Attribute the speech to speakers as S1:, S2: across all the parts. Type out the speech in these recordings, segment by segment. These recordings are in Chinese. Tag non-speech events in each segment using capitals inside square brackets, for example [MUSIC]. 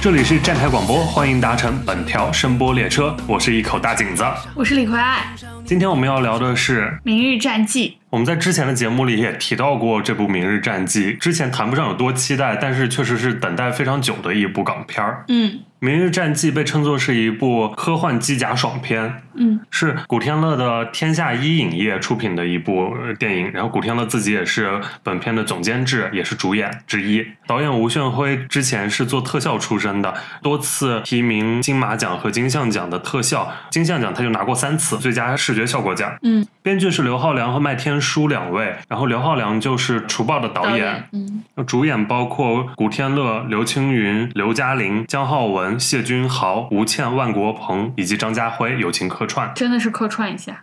S1: 这里是站台广播，欢迎搭乘本条声波列车，我是一口大井子。
S2: 我是李逵爱，
S1: 今天我们要聊的是，
S2: 明日战记
S1: 我们在之前的节目里也提到过这部《明日战记》，之前谈不上有多期待，但是确实是等待非常久的一部港片儿。》。
S2: 嗯
S1: 《明日战记》被称作是一部科幻机甲爽片，
S2: 嗯，
S1: 是古天乐的天下一影业出品的一部呃电影，然后古天乐自己也是本片的总监制，也是主演之一。导演吴炫辉之前是做特效出身的，多次提名金马奖和金像奖的特效，金像奖他就拿过三次最佳视觉效果奖。
S2: 嗯，
S1: 编剧是刘浩良和麦天舒两位，然后刘浩良就是《除暴》的
S2: 导
S1: 导演，
S2: 嗯
S1: 主演包括古天乐、刘青云、刘嘉玲、姜浩文、谢君豪、吴倩、万国鹏以及张家辉友情客串。
S2: 真的是客串一下，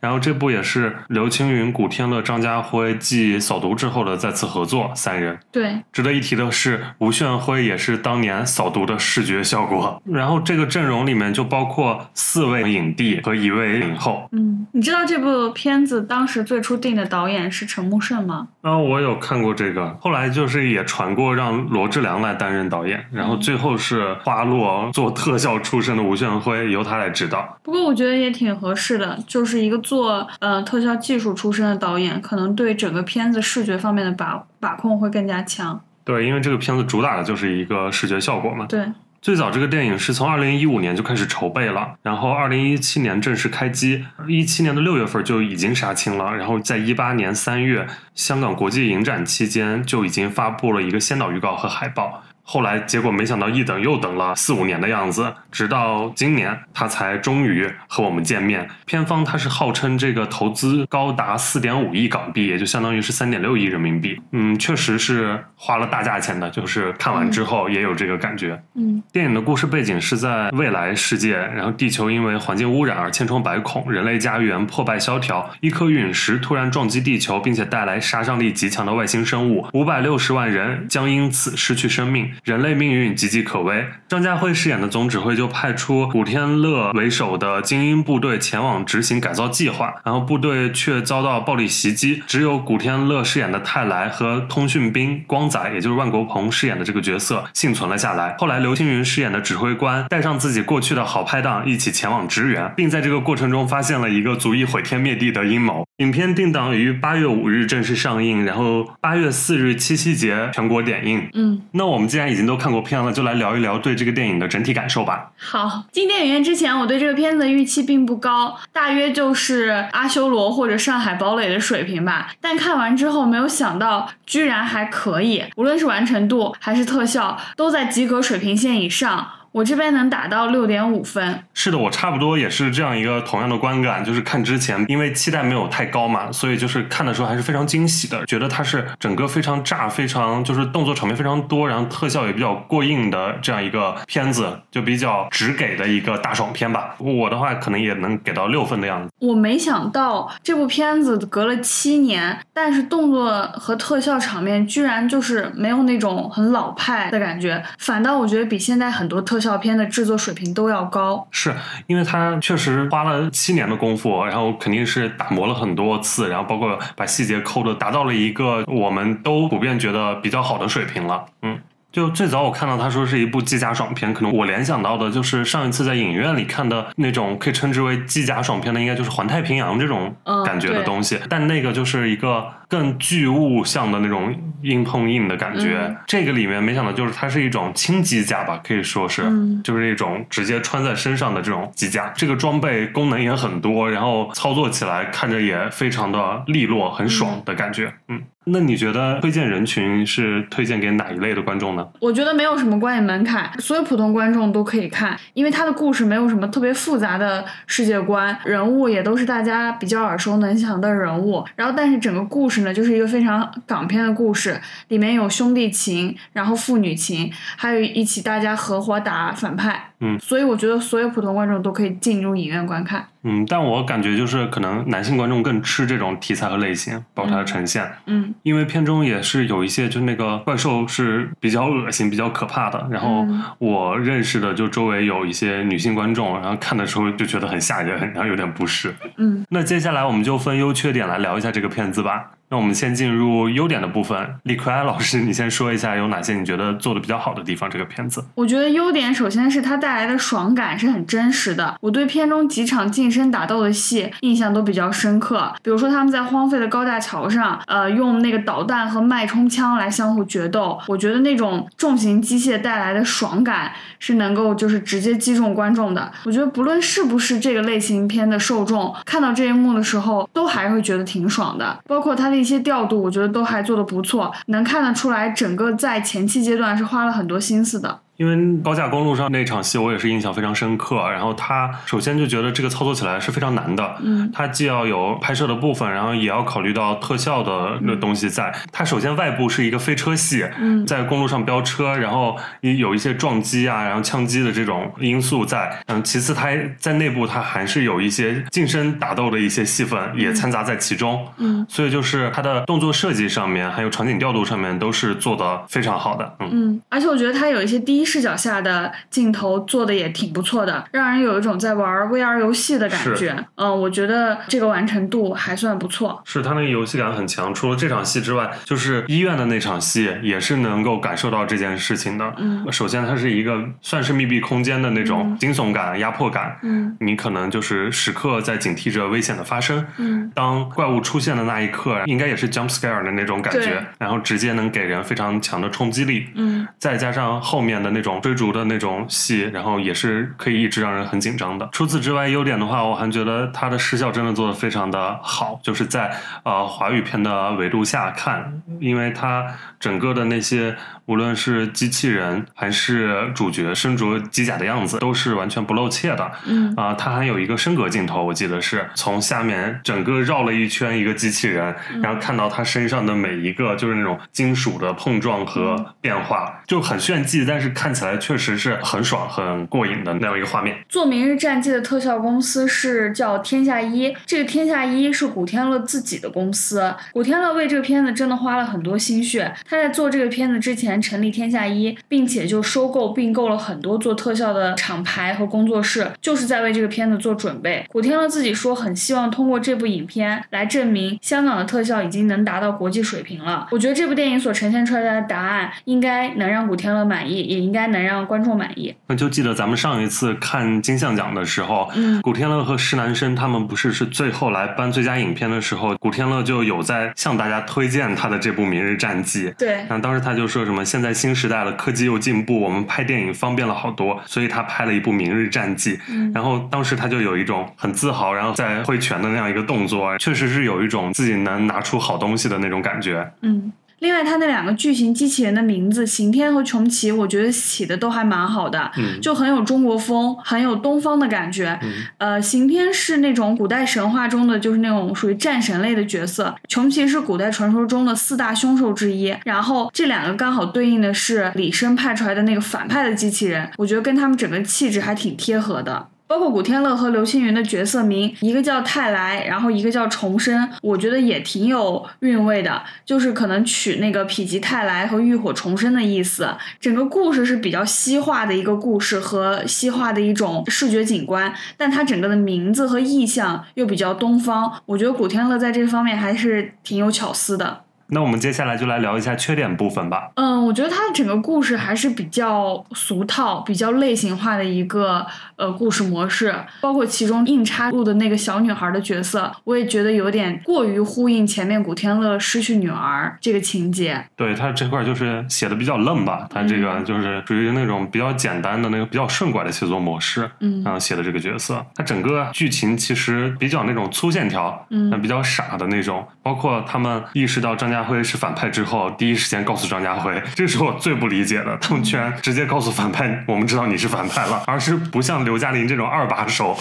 S1: 然后这部也是刘青云、古天乐、张家辉继《扫毒》之后的再次合作，三人。
S2: 对，
S1: 值得一提的是，吴炫辉也是当年《扫毒》的视觉效果。然后这个阵容里面就包括四位影帝和一位影后。
S2: 嗯，你知道这部片子当时最初定的导演是陈木胜吗？
S1: 啊，我有看过这个，后来就是也传过让罗志良来担任导演，然后最后是花落做特效出身的吴炫辉由他来指导。
S2: 不过我觉得也挺合适的，就是一个做呃特效技术出身的导演，可能对整个片子视觉方面的把把控会更加强。
S1: 对，因为这个片子主打的就是一个视觉效果嘛。
S2: 对，
S1: 最早这个电影是从二零一五年就开始筹备了，然后二零一七年正式开机，一七年的六月份就已经杀青了，然后在一八年三月香港国际影展期间就已经发布了一个先导预告和海报。后来结果没想到一等又等了四五年的样子，直到今年他才终于和我们见面。片方他是号称这个投资高达四点五亿港币，也就相当于是三点六亿人民币。嗯，确实是花了大价钱的，就是看完之后也有这个感觉。
S2: 嗯
S1: 电影的故事背景是在未来世界，然后地球因为环境污染而千疮百孔，人类家园破败萧条。一颗陨石突然撞击地球，并且带来杀伤力极强的外星生物，五百六十万人将因此失去生命，人类命运岌岌可危。张家辉饰演的总指挥就派出古天乐为首的精英部队前往执行改造计划，然后部队却遭到暴力袭击，只有古天乐饰演的泰来和通讯兵光仔，也就是万国鹏饰演的这个角色幸存了下来。后来刘青云饰演的指挥官带上自己过去的好拍档一起前往支援，并在这个过程中发现了一个足以毁天灭地的阴谋。影片定档于八月五日正式上映，然后八月四日七夕节全国点映。
S2: 嗯，
S1: 那我们既然已经都看过片了，就来聊一聊对这个电影的整体感受吧。
S2: 好。进电影院之前，我对这个片子的预期并不高，大约就是《阿修罗》或者《上海堡垒》的水平吧。但看完之后，没有想到居然还可以，无论是完成度还是特效，都在及格水平线以上。我这边能打到六点五分。
S1: 是的，我差不多也是这样一个同样的观感，就是看之前因为期待没有太高嘛，所以就是看的时候还是非常惊喜的，觉得它是整个非常炸、非常就是动作场面非常多，然后特效也比较过硬的这样一个片子，就比较直给的一个大爽片吧。我的话可能也能给到六分的样子。
S2: 我没想到这部片子隔了七年，但是动作和特效场面居然就是没有那种很老派的感觉，反倒我觉得比现在很多特效片的制作水平都要高。
S1: 是因为它确实花了七年的功夫，然后肯定是打磨了很多次，然后包括把细节抠的达到了一个我们都普遍觉得比较好的水平了。嗯，就最早我看到他说是一部机甲爽片，可能我联想到的就是上一次在影院里看的那种可以称之为机甲爽片的，应该就是《环太平洋》这种
S2: 嗯
S1: 感觉的
S2: 对
S1: 东西，但那个就是一个更巨物像的那种硬碰硬的感觉。
S2: 嗯
S1: 这个里面没想到就是它是一种轻机甲吧，可以说是。
S2: 嗯
S1: 就是一种直接穿在身上的这种机甲。这个装备功能也很多，然后操作起来看着也非常的利落，很爽的感觉。嗯那你觉得推荐人群是推荐给哪一类的观众呢？
S2: 我觉得没有什么观影门槛，所有普通观众都可以看，因为它的故事没有什么特别复杂的世界观，人物也都是大家比较耳熟能详的人物。然后，但是整个故事呢，就是一个非常港片的故事，里面有兄弟情，然后父女情，还有一起大家合伙打反派。
S1: 嗯
S2: 所以我觉得所有普通观众都可以进入影院观看。
S1: 嗯，但我感觉就是可能男性观众更吃这种题材和类型，包括它的呈现，
S2: 嗯
S1: 因为片中也是有一些，就那个怪兽是比较恶心、比较可怕的。然后
S2: 嗯
S1: 我认识的就周围有一些女性观众，然后看的时候就觉得很吓人，然后有点不适。
S2: 嗯，
S1: 那接下来我们就分优缺点来聊一下这个片子吧。那我们先进入优点的部分，李可爱老师，你先说一下有哪些你觉得做的比较好的地方？这个片子，
S2: 我觉得优点首先是它带来的爽感是很真实的。我对片中几场近身打斗的戏印象都比较深刻，比如说他们在荒废的高架桥上，呃，用那个导弹和脉冲枪来相互决斗，我觉得那种重型机械带来的爽感是能够就是直接击中观众的。我觉得不论是不是这个类型片的受众，看到这一幕的时候，都还会觉得挺爽的。包括它的一些调度，我觉得都还做得不错，能看得出来整个在前期阶段是花了很多心思的。
S1: 因为高架公路上那场戏我也是印象非常深刻。然后他首先就觉得这个操作起来是非常难的，
S2: 嗯
S1: 它既要有拍摄的部分，然后也要考虑到特效的那东西在。它首先外部是一个飞车戏，
S2: 嗯
S1: 在公路上飙车，然后也有一些撞击啊，然后枪击的这种因素在。嗯，其次它在内部它还是有一些近身打斗的一些戏份也掺杂在其中。
S2: 嗯
S1: 所以就是它的动作设计上面，还有场景调度上面都是做的非常好的。嗯，
S2: 嗯，而且我觉得它有一些第一视角下的镜头做的也挺不错的，让人有一种在玩 VR 游戏的感
S1: 是
S2: 觉。嗯，我觉得这个完成度还算不错。
S1: 是它那个游戏感很强。除了这场戏之外，就是医院的那场戏也是能够感受到这件事情的。
S2: 嗯
S1: 首先，它是一个算是密闭空间的那种
S2: 嗯
S1: 惊悚感、压迫感，
S2: 嗯
S1: 你可能就是时刻在警惕着危险的发生。
S2: 嗯
S1: 当怪物出现的那一刻，应该也是 jump scare 的那种感
S2: 对
S1: 觉，然后直接能给人非常强的冲击力。
S2: 嗯
S1: 再加上后面的那种追逐的那种戏，然后也是可以一直让人很紧张的。除此之外，优点的话，我还觉得它的视效真的做得非常的好，就是在呃华语片的维度下看，因为它整个的那些无论是机器人还是主角身着机甲的样子，都是完全不露怯的。
S2: 嗯
S1: 啊、它还有一个升格镜头，我记得是从下面整个绕了一圈一个机器人，然后看到它身上的每一个就是那种金属的碰撞和变化，就很炫技，但是看起来确实是很爽、很过瘾的那样一个画面。
S2: 做《明日战记》的特效公司是叫天下一，这个天下一是古天乐自己的公司。古天乐为这个片子真的花了很多心血，他在做这个片子之前成立天下一，并且就收购并购了很多做特效的厂牌和工作室，就是在为这个片子做准备。古天乐自己说很希望通过这部影片来证明香港的特效已经能达到国际水平了。我觉得这部电影所呈现出来的答案，应该能让古天乐满意，也应该能让观众满意。
S1: 那就记得咱们上一次看金像奖的时候，
S2: 嗯
S1: 古天乐和石南生他们不是是最后来颁最佳影片的时候，古天乐就有在向大家推荐他的这部《明日战记》。
S2: 对，
S1: 然后当时他就说什么，现在新时代了，科技又进步，我们拍电影方便了好多，所以他拍了一部《明日战记》。
S2: 嗯
S1: 然后当时他就有一种很自豪，然后在挥拳的那样一个动作，啊确实是有一种自己能拿出好东西的那种感觉。
S2: 嗯，另外，他那两个巨型机器人的名字刑天和穷奇，我觉得起的都还蛮好的，
S1: 嗯
S2: 就很有中国风，很有东方的感觉。呃，刑天是那种古代神话中的，就是那种属于战神类的角色；穷奇是古代传说中的四大凶兽之一。然后这两个刚好对应的是李生派出来的那个反派的机器人，我觉得跟他们整个气质还挺贴合的。包括古天乐和刘青云的角色名，一个叫泰来，然后一个叫重生，我觉得也挺有韵味的，就是可能取那个否极泰来和浴火重生的意思。整个故事是比较西化的一个故事和西化的一种视觉景观，但它整个的名字和意象又比较东方，我觉得古天乐在这方面还是挺有巧思的。
S1: 那我们接下来就来聊一下缺点部分吧。
S2: 嗯，我觉得它整个故事还是比较俗套、比较类型化的一个呃故事模式，包括其中硬插入的那个小女孩的角色，我也觉得有点过于呼应前面古天乐失去女儿这个情节。
S1: 对他这块就是写的比较愣吧，他这
S2: 嗯
S1: 个就是属于那种比较简单的那个比较顺拐的写作模式，
S2: 嗯
S1: 然后写的这个角色，他整个剧情其实比较那种粗线条，
S2: 嗯
S1: 那比较傻的那种。包括他们意识到张家辉是反派之后，第一时间告诉张家辉，这是我最不理解的。他们居
S2: 嗯
S1: 然直接告诉反派， [LAUGHS] 我们知道你是反派了，而是不像刘嘉玲这种二把手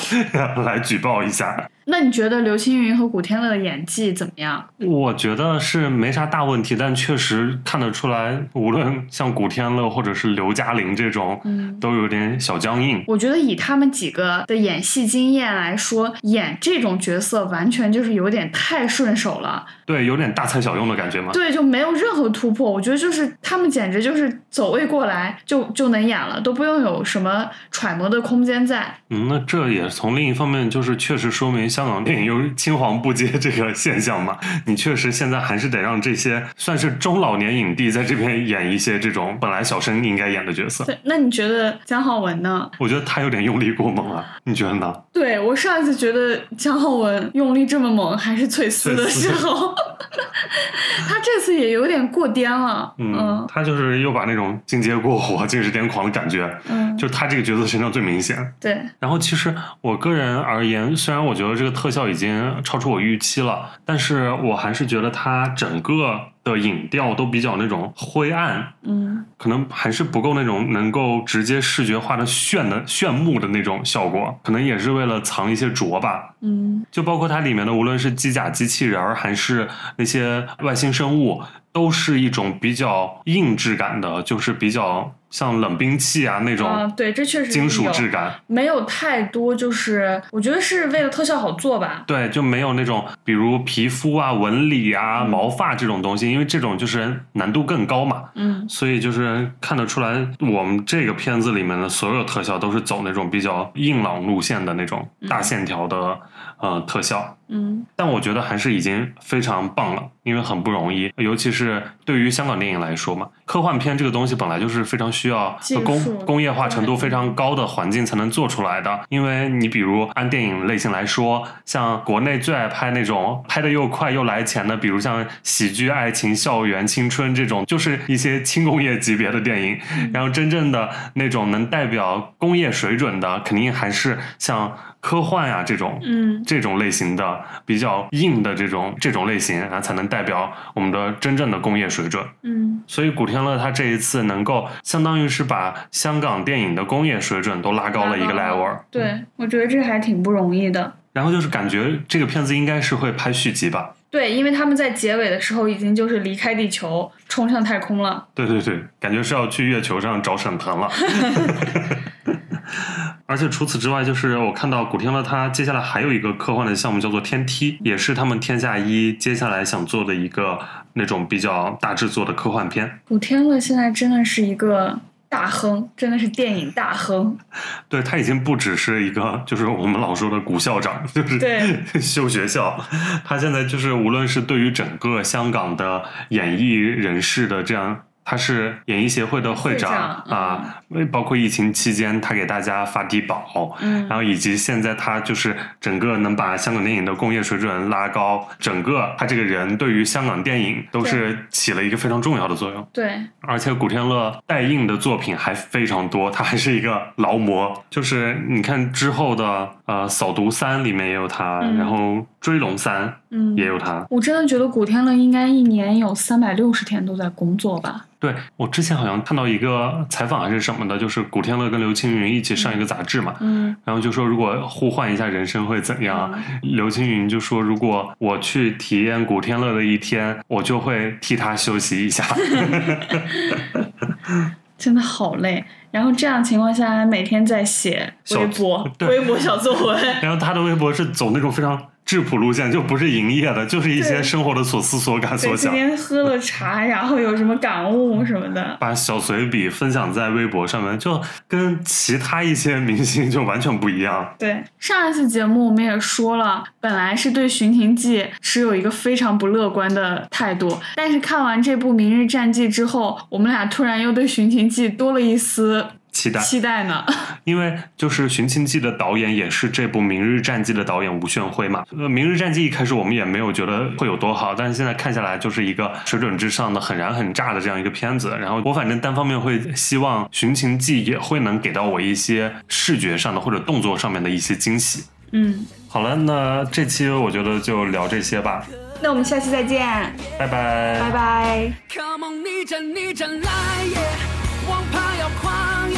S1: 来举报一下。
S2: 那你觉得刘青云和古天乐的演技怎么样？
S1: 我觉得是没啥大问题，但确实看得出来，无论像古天乐或者是刘嘉玲这种，
S2: 嗯
S1: 都有点小僵硬。
S2: 我觉得以他们几个的演戏经验来说，演这种角色完全就是有点太顺手了，
S1: 对，有点大材小用的感觉嘛。
S2: 对，就没有任何突破。我觉得就是他们简直就是走位过来就就能演了，都不用有什么揣摩的空间在。
S1: 嗯，那这也从另一方面就是确实说明香港电影有青黄不接这个现象嘛。你确实现在还是得让这些算是中老年影帝在这边演一些这种本来小生应该演的角色。
S2: 对，那你觉得姜浩文呢？
S1: 我觉得他有点用力过猛了，你觉得呢？
S2: 对我上一次觉得姜浩文用力这么猛，还是翠丝的时候，他这次也有点过颠了。
S1: 嗯，他就是又把那种进阶过火、尽是癫狂的感觉，
S2: 嗯，
S1: 就他这个角色身上最明显。
S2: 对，
S1: 然后其实我个人而言，虽然我觉得这个特效已经超出我预期了，但是我还是觉得它整个的影调都比较那种灰暗，
S2: 嗯，
S1: 可能还是不够那种能够直接视觉化的炫的炫目的那种效果，可能也是为了藏一些拙吧。
S2: 嗯，
S1: 就包括它里面的无论是机甲机器人儿，还是那些外星生物，都是一种比较硬质感的，就是比较像冷兵器啊那
S2: 啊，
S1: 种
S2: 对，这确实是
S1: 金属
S2: 有
S1: 质感。
S2: 没有太多，就是我觉得是为了特效好做吧。
S1: 对，就没有那种比如皮肤啊、纹理啊、毛发这种东西，因为这种就是难度更高嘛。
S2: 嗯，
S1: 所以就是看得出来，我们这个片子里面的所有特效都是走那种比较硬朗路线的那种大线条的、呃特效，
S2: 嗯，
S1: 但我觉得还是已经非常棒了，因为很不容易，尤其是对于香港电影来说嘛，科幻片这个东西本来就是非常需要
S2: 技术
S1: 工工业化程度非常高的环境才能做出来的。因为你比如按电影类型来说，像国内最爱拍那种拍的又快又来钱的，比如像喜剧、爱情、校园、青春这种，就是一些轻工业级别的电影。
S2: 嗯
S1: 然后真正的那种能代表工业水准的，肯定还是像科幻啊这种，
S2: 嗯，
S1: 这种类型的比较硬的这种这种类型啊，才能代表我们的真正的工业水准。
S2: 嗯，
S1: 所以古天乐他这一次能够相当于是把香港电影的工业水准都拉高了一个 level。
S2: 对，我觉得这还挺不容易的。
S1: 然后就是感觉这个片子应该是会拍续集吧？
S2: 对，因为他们在结尾的时候已经就是离开地球，冲向太空了。
S1: 对对对，感觉是要去月球上找沈腾了。 [LAUGHS] 而且除此之外，就是我看到古天乐他接下来还有一个科幻的项目叫做《天梯》，也是他们天下一接下来想做的一个那种比较大制作的科幻片。
S2: 古天乐现在真的是一个大亨，真的是电影大 [LAUGHS] 亨。
S1: 对他已经不只是一个，就是我们老说的古校长，就是
S2: 对
S1: [LAUGHS] 修学校。他现在就是无论是对于整个香港的演艺人士的这样，他是演艺协会的会长
S2: 会长嗯
S1: 啊，包括疫情期间他给大家发低保，
S2: 嗯
S1: 然后以及现在他就是整个能把香港电影的工业水准拉高，整个他这个人对于香港电影都是起了一个非常重要的作用。
S2: 对，
S1: 而且古天乐带印的作品还非常多，他还是一个劳模。就是你看之后的呃《扫毒三》里面也有他，
S2: 嗯
S1: 然后《追龙三》
S2: 嗯，
S1: 也有他。
S2: 我真的觉得古天乐应该一年有三百六十天都在工作吧。
S1: 对我之前好像看到一个采访还是什么的，就是古天乐跟刘青云一起上一个杂志嘛，
S2: 嗯
S1: 然后就说如果互换一下人生会怎样？刘青云就说如果我去体验古天乐的一天，我就会替他休息
S2: [LAUGHS]
S1: 一下。
S2: 真的好累。然后这样情况下，每天在写微博
S1: 小、对
S2: 微博小作
S1: [LAUGHS]
S2: 文。
S1: 然后他的微博是走那种非常质朴路线，就不是营业的，就是一些
S2: 对
S1: 生活的所思所感所
S2: 对，今
S1: 想，
S2: 天喝了茶，然后有什么感悟什么的。
S1: 把小随笔分享在微博上面，就跟其他一些明星就完全不一样。
S2: 对，上一次节目我们也说了，本来是对《寻秦记》持有一个非常不乐观的态度，但是看完这部《明日战记》之后，我们俩突然又对《寻秦记》多了一丝
S1: 期待，
S2: 期待呢。 [LAUGHS]
S1: 因为就是《寻秦记》的导演也是这部《明日战记》的导演吴炫辉嘛。呃，《明日战记》一开始我们也没有觉得会有多好，但是现在看下来就是一个水准之上的很燃很炸的这样一个片子。然后我反正单方面会希望《寻秦记》也会能给到我一些视觉上的或者动作上面的一些惊喜。
S2: 嗯，
S1: 好了，那这期我觉得就聊这些吧，
S2: 那我们下期再见，
S1: 拜拜
S2: 拜拜。
S3: Come on，逆战逆战来也，王牌要狂野，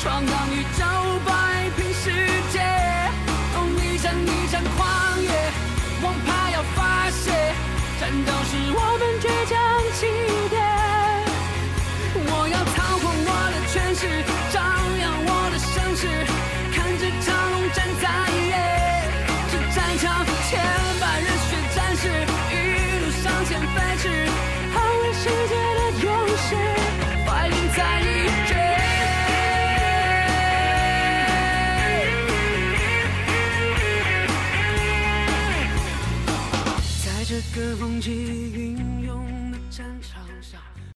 S3: 闯荡宇宙摆平世界。哦，逆战逆战狂白痴，捍卫世界的优势，fighting 在一起。在这个风起云涌